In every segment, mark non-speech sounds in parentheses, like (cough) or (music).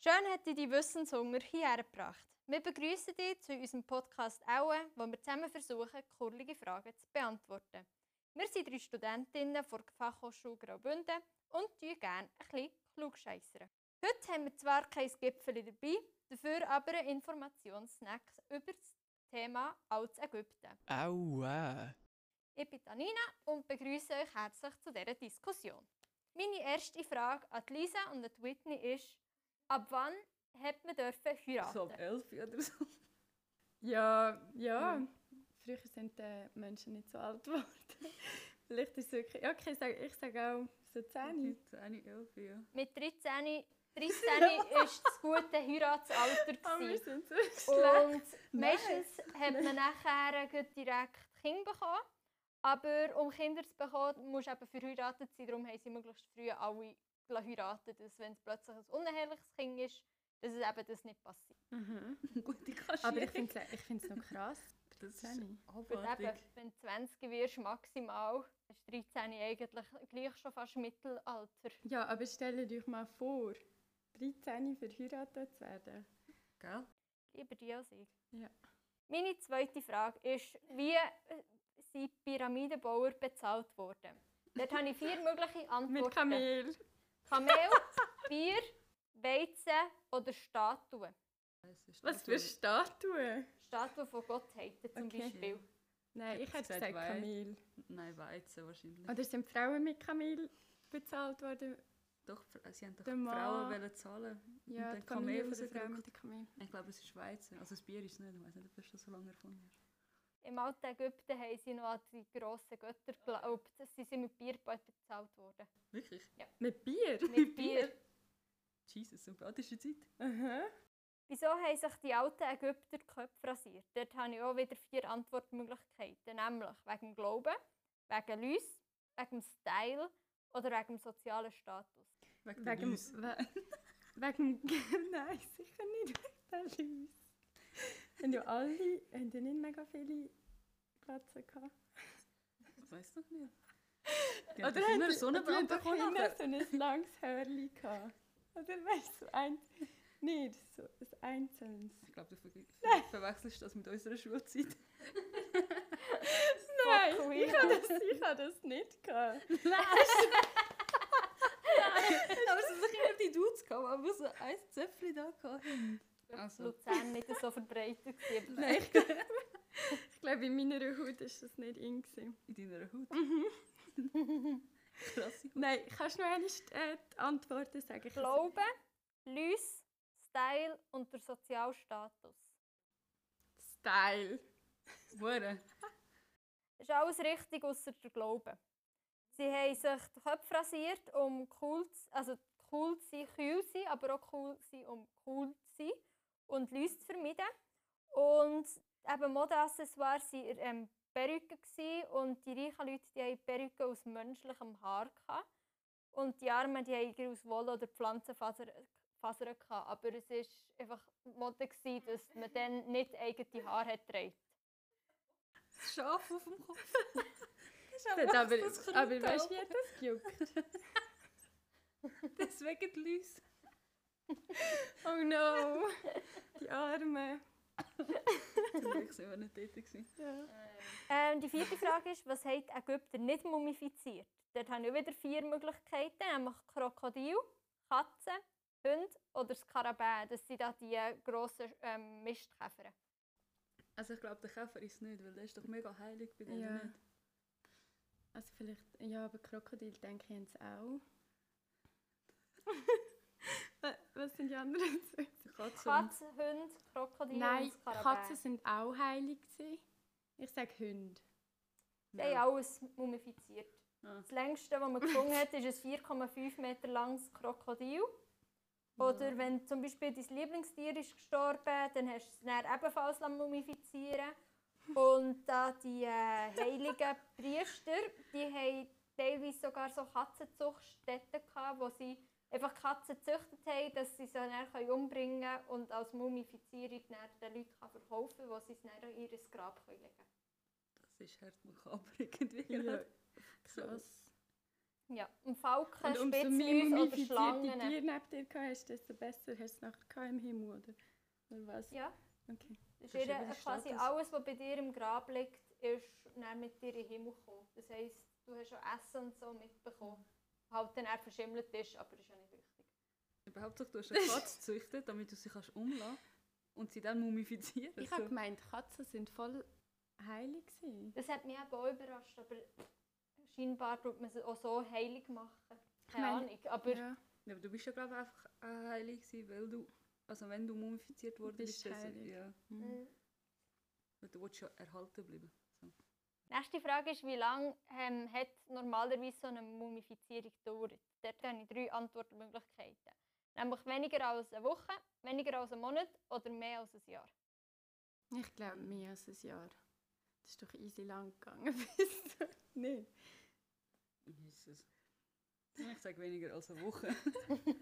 Schön hat dich die Wissenshunger hierher gebracht. Wir begrüßen dich zu unserem Podcast «Aue», wo wir zusammen versuchen, kurlige Fragen zu beantworten. Wir sind drei Studentinnen von der Fachhochschule Graubünden und tun gerne ein bisschen klugscheissern. Heute haben wir zwar kein Gipfel dabei, dafür aber einen Informationssnack über das Thema Altes Ägypten. Aua. Ich bin Anina und begrüße euch herzlich zu dieser Diskussion. Meine erste Frage an die Lisa und an die Whitney ist, ab wann hat man dürfen heiraten? So äh. ab 11 oder so. Ja, ja. Früher sind die Menschen nicht so alt (laughs) geworden. Vielleicht ist es wirklich. Ja, okay, ich sage, ich sage auch so (laughs) 10. 10, 11, ja. Mit 13, 13 ist das gute Heiratsalter. Oh, Aber Ah, wir gewesen. sind so schlecht. und meistens hat man nachher gleich direkt Kinder bekommen. Aber um Kinder zu bekommen, musst du eben verheiratet sein. Darum haben sie möglichst früh alle gelassen heiraten, dass wenn es plötzlich ein uneheliches Kind ist, dass es eben das nicht passiert. Mhm. Gute Kaschierung. Aber ich finde es ich find's noch (laughs) krass. das ist 13. Weil eben, abartig. wenn du 20 wirst, maximal, ist 13 eigentlich gleich schon fast Mittelalter. Ja, aber stellt euch mal vor, 13 verheiratet zu werden. Gell? Lieber die als ich. Ja. Meine zweite Frage ist, wie äh, sind die Pyramidenbauer bezahlt worden? Dort habe ich (laughs) vier mögliche Antworten. Mit Kamel. (laughs) Kamel, Bier, Weizen oder Statuen. Das ist Was das für wohl- Statuen? Statuen von Gottheiten zum Okay. Beispiel. Nein, ich hätte gesagt, gesagt Wein. Kamel. Nein, Weizen wahrscheinlich. Oder sind Frauen mit Kamel bezahlt worden? Doch, sie haben doch Der die Frauen Mann. wollen zahlen. Und Ja, die dann Kamel Familie von der Frau rausgedrückt. mit dem Kamel. Ich glaube, es ist Weizen. Also das Bier ist es nicht. Ich weiß nicht, ob du das schon so lange erfunden hast. Im alten Ägypten haben sie noch an die grossen Götter geglaubt. Sie sind mit Bier bezahlt (laughs) worden. Wirklich? Mit Bier? Mit (laughs) Bier. Jesus, sympathische Zeit. Aha. Wieso haben sich die alten Ägypter die Köpfe rasiert? Dort habe ich auch wieder vier Antwortmöglichkeiten. Nämlich wegen dem Glauben, wegen Lüs, wegen dem Style oder wegen dem sozialen Status. Wegen der Wegen, Lüse. we (laughs) wegen dem. Nein, sicher nicht (laughs) wegen der Lüse. Haben ja alle haben ja nicht mega viele Glatzen gehabt. Ich weiß noch nicht. Die haben Oder doch haben immer die- die haben Sonnenbrand doch bekommen. immer aber- so ein langes Hörli gehabt. Oder weißt du, so ein. Nicht, so ein einzelnes. Ich glaube, du verge- verwechselst das mit unserer Schulzeit. Nein, cool. ich habe das, ich hab das nicht gehabt. Aber es sind immer die Dudes gekommen, aber so ein Zöpfchen da gehabt. Also. Also. Luzern nicht so verbreitet. (laughs) gewesen. Nein, ich glaube, ich glaube, in meiner Haut war das nicht in. Gewesen. In deiner Haut. Mhm. (laughs) Krasse Haut. Nein, kannst du noch einmal äh, die Antworten sagen? Ich- Glauben, Lüs, Style und der Sozialstatus. Style. Hure. Ist alles richtig, außer der Glaube. Sie haben sich die Köpfe rasiert, um cool zu, also cool zu sein, kühl zu sein, aber auch cool zu sein, um cool zu sein und Leute zu vermeiden. Und eben Modeaccessoires waren ähm, Perücken gewesen und die reichen Leute die haben Perücken aus menschlichem Haar. Gehabt. Und die Armen die haben aus Wolle oder Pflanzenfasern Fasern gehabt. Aber es war einfach Mode, gewesen, dass man dann nicht eigene Haare hat trägt. Das Schaf auf dem Kopf. Das ist Das hat aber, das Kraut aber ah, weißt auf. du, wie hat das gejuckt? Deswegen die Lüse. (laughs) Oh no! Die Arme. Zum Glück sind wir nicht dort. gewesen. Ja. Ähm, die vierte (laughs) Frage ist, was hat Ägypter nicht mumifiziert? Dort habe ich wieder vier Möglichkeiten, nämlich Krokodil, Katze, Hund oder Skarabäen. Das sind da die grossen ähm, Mistkäfer. Also ich glaube, der Käfer ist es nicht, weil der ist doch mega heilig bei denen. Ja. nicht? Also vielleicht, ja, aber Krokodil denke ich haben es auch. (laughs) Wa- Was sind die anderen (laughs) zwei? Die Katze. und- Katze, Hund, Krokodil Nein, und Skarabäen. Katzen sind auch heilig. gewesen. Ich sage Hunde. Die haben alles mumifiziert. Ah. Das längste, was man gefunden hat, ist ein 4,5 Meter langes Krokodil. Oder wenn zum Beispiel dein Lieblingstier ist gestorben, dann hast du es dann ebenfalls mumifizieren lassen. Und da die äh, heiligen Priester, die haben teilweise sogar so Katzenzuchtstätten gehabt, wo sie einfach Katzen gezüchtet haben, dass sie sie dann können umbringen können und als Mumifizierung dann den Leuten kann verkaufen können, wo sie es dann in ihr Grab legen können. Das ist hart makaber irgendwie. Ja, gerade. So. krass. Ja, und Falken, Und um umso Spitzmäuse oder mumifizierte Schlangen. Tiere neben dir gehabt hast, desto besser hast du es nachher gehabt im Himmel, oder? Oder was? Ja, Okay. das ist Verschiedene jeder- quasi Status. alles, was bei dir im Grab liegt, ist dann mit dir in den Himmel gekommen. Das heisst, du hast auch Essen und so mitbekommen. Halt dann eher verschimmelt ist, aber das ist ja nicht wichtig. Überhaupt doch, du hast eine Katze gezüchtet, damit du sie kannst umlassen und sie dann mumifizieren. Ich habe gemeint, Katzen sind voll heilig. gewesen. Das hat mich eben auch überrascht, aber scheinbar tut man es auch so heilig machen. Keine meine- Ahnung, aber ja, Ja, aber du bist ja glaube ich einfach auch ah, heilig gewesen, weil du, also wenn du mumifiziert worden bist bist, das- heilig. ja, mhm. Mhm. weil du willst ja erhalten bleiben. Nächste Frage ist, wie lange ähm, hat normalerweise so eine Mumifizierung gedauert? Dort habe ich drei Antwortmöglichkeiten. Nämlich weniger als eine Woche, weniger als einen Monat oder mehr als ein Jahr. Ich glaube, mehr als ein Jahr. Das ist doch easy lang gegangen. (laughs) bis du- Nein. Jesus. Ich sage weniger als eine Woche. (laughs)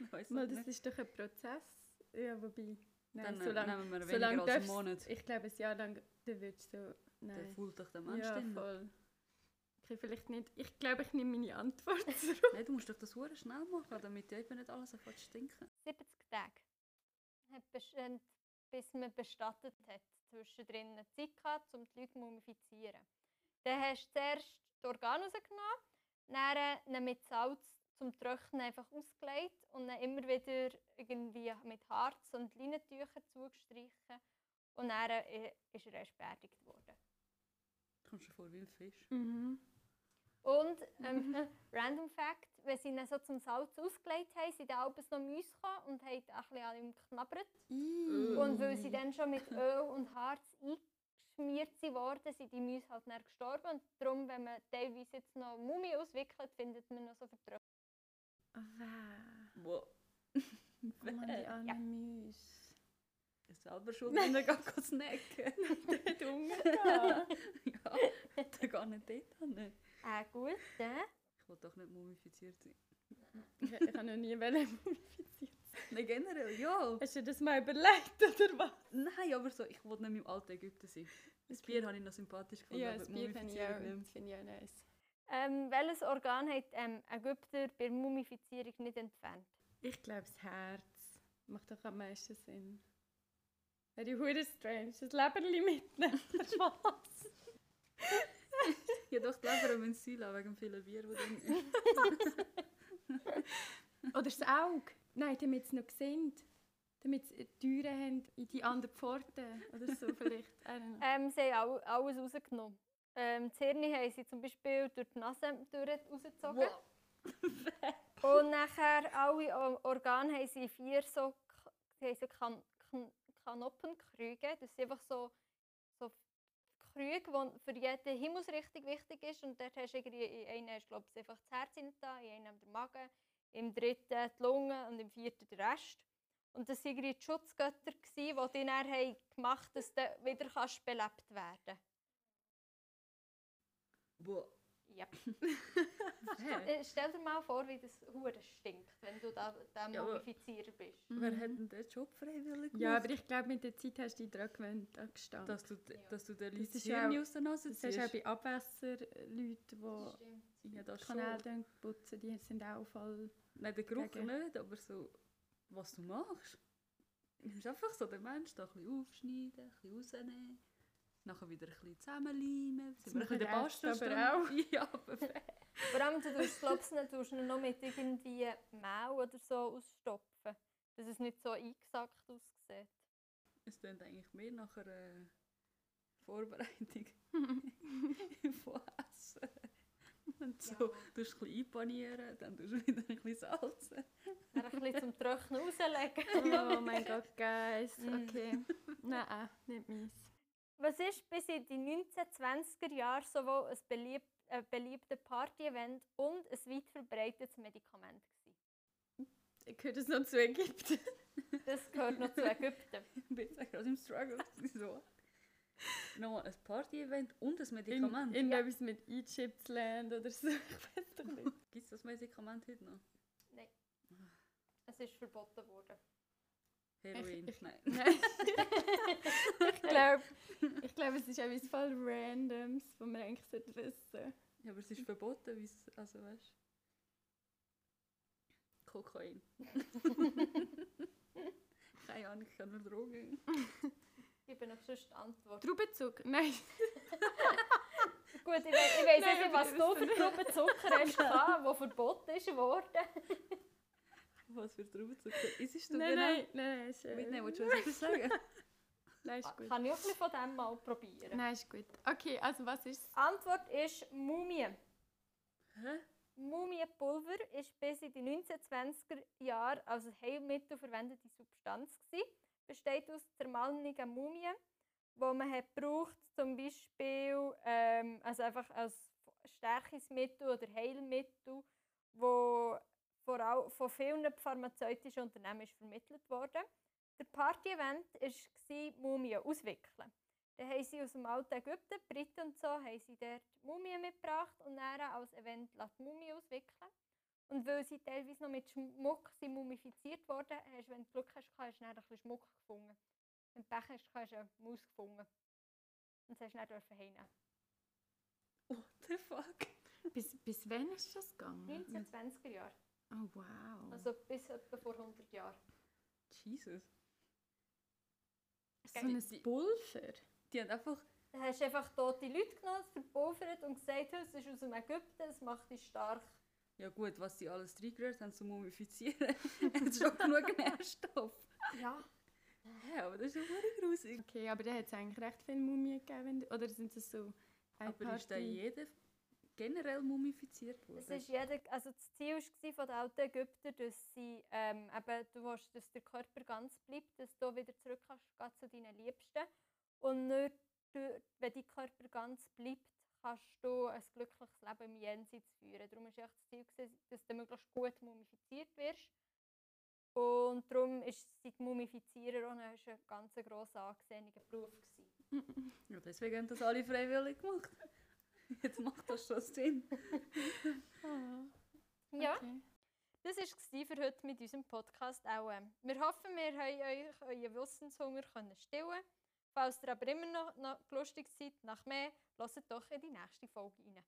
ich weiss Mal, nicht. das ist doch ein Prozess. Ja, wobei. Nein, Dann so lange. nehmen wir so weniger lange als einen darfst- Monat. Ich glaube, ein Jahr lang dann würdest du so. Dann Nein. fühlt dich der Mensch ja, dann noch. voll. Okay, vielleicht nicht. Ich glaube, ich nehme meine Antwort (laughs) zurück. Nein, du musst doch das hure schnell machen, damit ja eben nicht alles sofort stinken. 70 Tage. Hat best- äh, Bis man bestattet hat. Zwischendrin eine Zeit gehabt, um die Leute zu mumifizieren. Dann hast du zuerst die Organe rausgenommen, dann äh, ihn mit Salz zum Trocknen einfach ausgelegt und dann immer wieder irgendwie mit Harz und Leinentüchern zugestrichen. Und dann äh, ist er erst beerdigt worden. Du kommst dir vor wie ein Fisch. Mhm. Und ähm, Random Fact, wenn sie ihn so zum Salz ausgelegt haben, sind dann abends noch Mäuse gekommen und haben auch ein bisschen an ihm geknabbert. Eh, Mhm. Und weil sie dann schon mit Öl und Harz eingeschmiert sind worden, sind die Mäuse halt dann gestorben. Und darum, wenn man teilweise jetzt noch Mumie auswickelt, findet man noch so verdrückt. Oh, wow. Wow. Oh Mann, die armen Ja. Mäuse. Ist selber schuld, wenn er geht go snacken. Ja. (laughs) ja, der geht nicht dort hin. Äh, gut, äh? Ich will doch nicht mumifiziert sein. (laughs) ich ich habe noch nie wollen (laughs) mumifizieren. Nein, generell, ja. Hast du dir das mal überlegt, oder was? Nein, aber so, ich will nicht mehr im alten Ägypten sein. Das Bier habe ich noch sympathisch gefunden, Ja, aber das die Bier finde ich auch, Mumifizierung nicht. das finde ich auch nice. Ähm, welches Organ hat ähm, Ägypter bei der Mumifizierung nicht entfernt? Ich glaube, das Herz macht doch am meisten Sinn. Wäre ja hure strange, das Leberli (laughs) mitnehmen. Was? Ja doch, die Leber müssen sie lassen, wegen vielen Bier, die drin ist. Oder das Auge. Nein, damit sie noch sehen. Damit sie die Türen haben in die andere Pforte oder so vielleicht. I don't know. Ähm, sie haben all, alles rausgenommen. Ähm, die Hirne haben sie zum Beispiel durch die Nase durch- rausgezogen. (laughs) Und nachher alle O- Organe haben sie in vier so, K- sie haben so kan kan Kanopenkrüge. Das sind einfach so, so Krüge, die für jede Himmelsrichtung wichtig ist. Und dort hast du irgendwie in einem ist, glaub, ich, einfach das Herz hinten, dran, in einem der Magen, im dritten die Lunge und im vierten der Rest. Und das waren irgendwie die Schutzgötter, gewesen, die dich dann haben gemacht haben, dass du wieder kannst belebt werden Boah. Ja. Hä? Äh, Stell dir mal vor, wie das Huren stinkt, wenn du da, da Ja, aber- Mumifizierer bist. Wer hat denn den Job freiwillig gemacht? Ja, aber ich glaube, mit der Zeit hast du dich daran gewöhnt, an Gestank. Dass du, dass du den Leuten Das das ist Hirn auch- aus der Nase Das hast ziehst. du auch bei Abwässerleuten, die Stimmt. Ja, das schon. Kanäle dann putzen, die sind auch (laughs) voll... Nein, der Geruch Gegen- nicht, aber so, was du machst. Du musst einfach so den Menschen da ein bisschen aufschneiden, ein bisschen rausnehmen, nachher wieder ein bisschen zusammenleimen. Das Sind wir ein bisschen machen der Ärzte Bastel aber (laughs) Ja, perfekt. Vor allem, du tust glaubst nicht, du tust ihn noch mit irgendwie Mehl oder so ausstopfen, dass es nicht so eingesackt aussieht. Es klingt eigentlich mehr nach einer Vorbereitung (laughs) von Essen. Und so, Ja. du musst ein bisschen einpanieren, dann tust du wieder ein bisschen salzen. Dann ein bisschen zum Trocknen rauslegen. (laughs) Oh mein Gott, guys. Mm. (laughs) Okay. Nein, äh, nicht meins. Was ist bis in die 1920er Jahre sowohl ein beliebt, ein beliebter Party-Event und ein weit verbreitetes Medikament? gewesen? Ich höre das noch zu Ägypten. Das gehört noch zu Ägypten. Ich bin jetzt gerade im (laughs) Struggle. So. Nochmal ein Party-Event und ein Medikament. In, in etwas mit Egypt Land oder so. (laughs) Ich weiß doch nicht. Gibt es das Medikament heute noch? Es ist verboten worden. Heroin. ich- Nein. Nein. ich glaube, ich glaub, es ist etwas voll Randoms, was man eigentlich sollte wissen Ja, aber es ist verboten, wie es, also weißt du. (laughs) Kokain. Keine Ahnung, ich kann nur Drogen. Ich bin noch sonst die Antwort. Traubenzucker? Nein. (laughs) Gut, ich, we ich weiss Nein, nicht, was aber du für Gruppen Zucker hast, gehabt, der verboten ist worden. Was für Traubenzucker. Es ist doch nein, genau. nein, nein, nein. ist, äh, Mitnehmen, willst du was sagen? (laughs) Nein, ist gut. Kann ich auch ein bisschen von dem mal probieren? Nein, ist gut. Okay, also was ist Antwort ist Mumie. Hä? Mumienpulver ist bis in die 1920er Jahre als Heilmittel verwendete Substanz. Gewesen. Besteht aus zermalmenigen Mumien, die man hat gebraucht, zum Beispiel ähm, also einfach als Stärkungsmittel oder Heilmittel, wo vor allem von vielen pharmazeutischen Unternehmen ist vermittelt wurde. Der Party-Event war Mumien auswickeln. Dann haben sie aus dem alten Ägypten, die Briten und so, haben sie dort Mumien mitgebracht und dann als Event lassen die Mumie auswickeln. Und weil sie teilweise noch mit Schmuck sind mumifiziert worden, hast du, wenn du Glück hast, hast du dann ein bisschen Schmuck gefunden. Wenn du Pech hast, hast du eine Maus gefunden. Und das hast du dann dürfen heimnehmen. What the fuck? bis, bis wann ist das gegangen? 1920er Jahre. Oh wow. Also bis etwa vor 100 Jahren. Jesus. so ein Pulver. Die haben einfach. Dann hast du einfach tote Leute genommen, verpulvert und gesagt, «Hey, es ist aus dem Ägypten, es macht dich stark. Ja gut, was die alles reingerührt haben zum Mumifizieren, (laughs) hat schon genug Nährstoff. Ja. Hä, aber das ist ja wirklich grusig. Okay, aber da hat es eigentlich recht viele Mumien gegeben. wenn- Oder sind das so eine Aber ist da Party- jeder generell mumifiziert worden? Es ist jeder, also das Ziel war von den alten Ägyptern, dass sie, ähm, eben, du willst, dass der Körper ganz bleibt, dass du wieder zurück kannst gehen zu deinen Liebsten. Und nur du, wenn dein Körper ganz bleibt, kannst du ein glückliches Leben im Jenseits führen. Darum war echt das Ziel, gewesen, dass du möglichst gut mumifiziert wirst. Und darum ist seit Mumifizierer auch noch ein ganz gross angesehener Beruf. Gewesen. ja, deswegen haben das alle freiwillig gemacht. (laughs) Jetzt macht das schon Sinn. Ah, Ja. okay. Das war es für heute mit unserem Podcast auch. Wir hoffen, wir haben euch euren Wissenshunger können stillen Falls ihr aber immer noch, noch lustig seid nach mehr, lasst doch in die nächste Folge rein.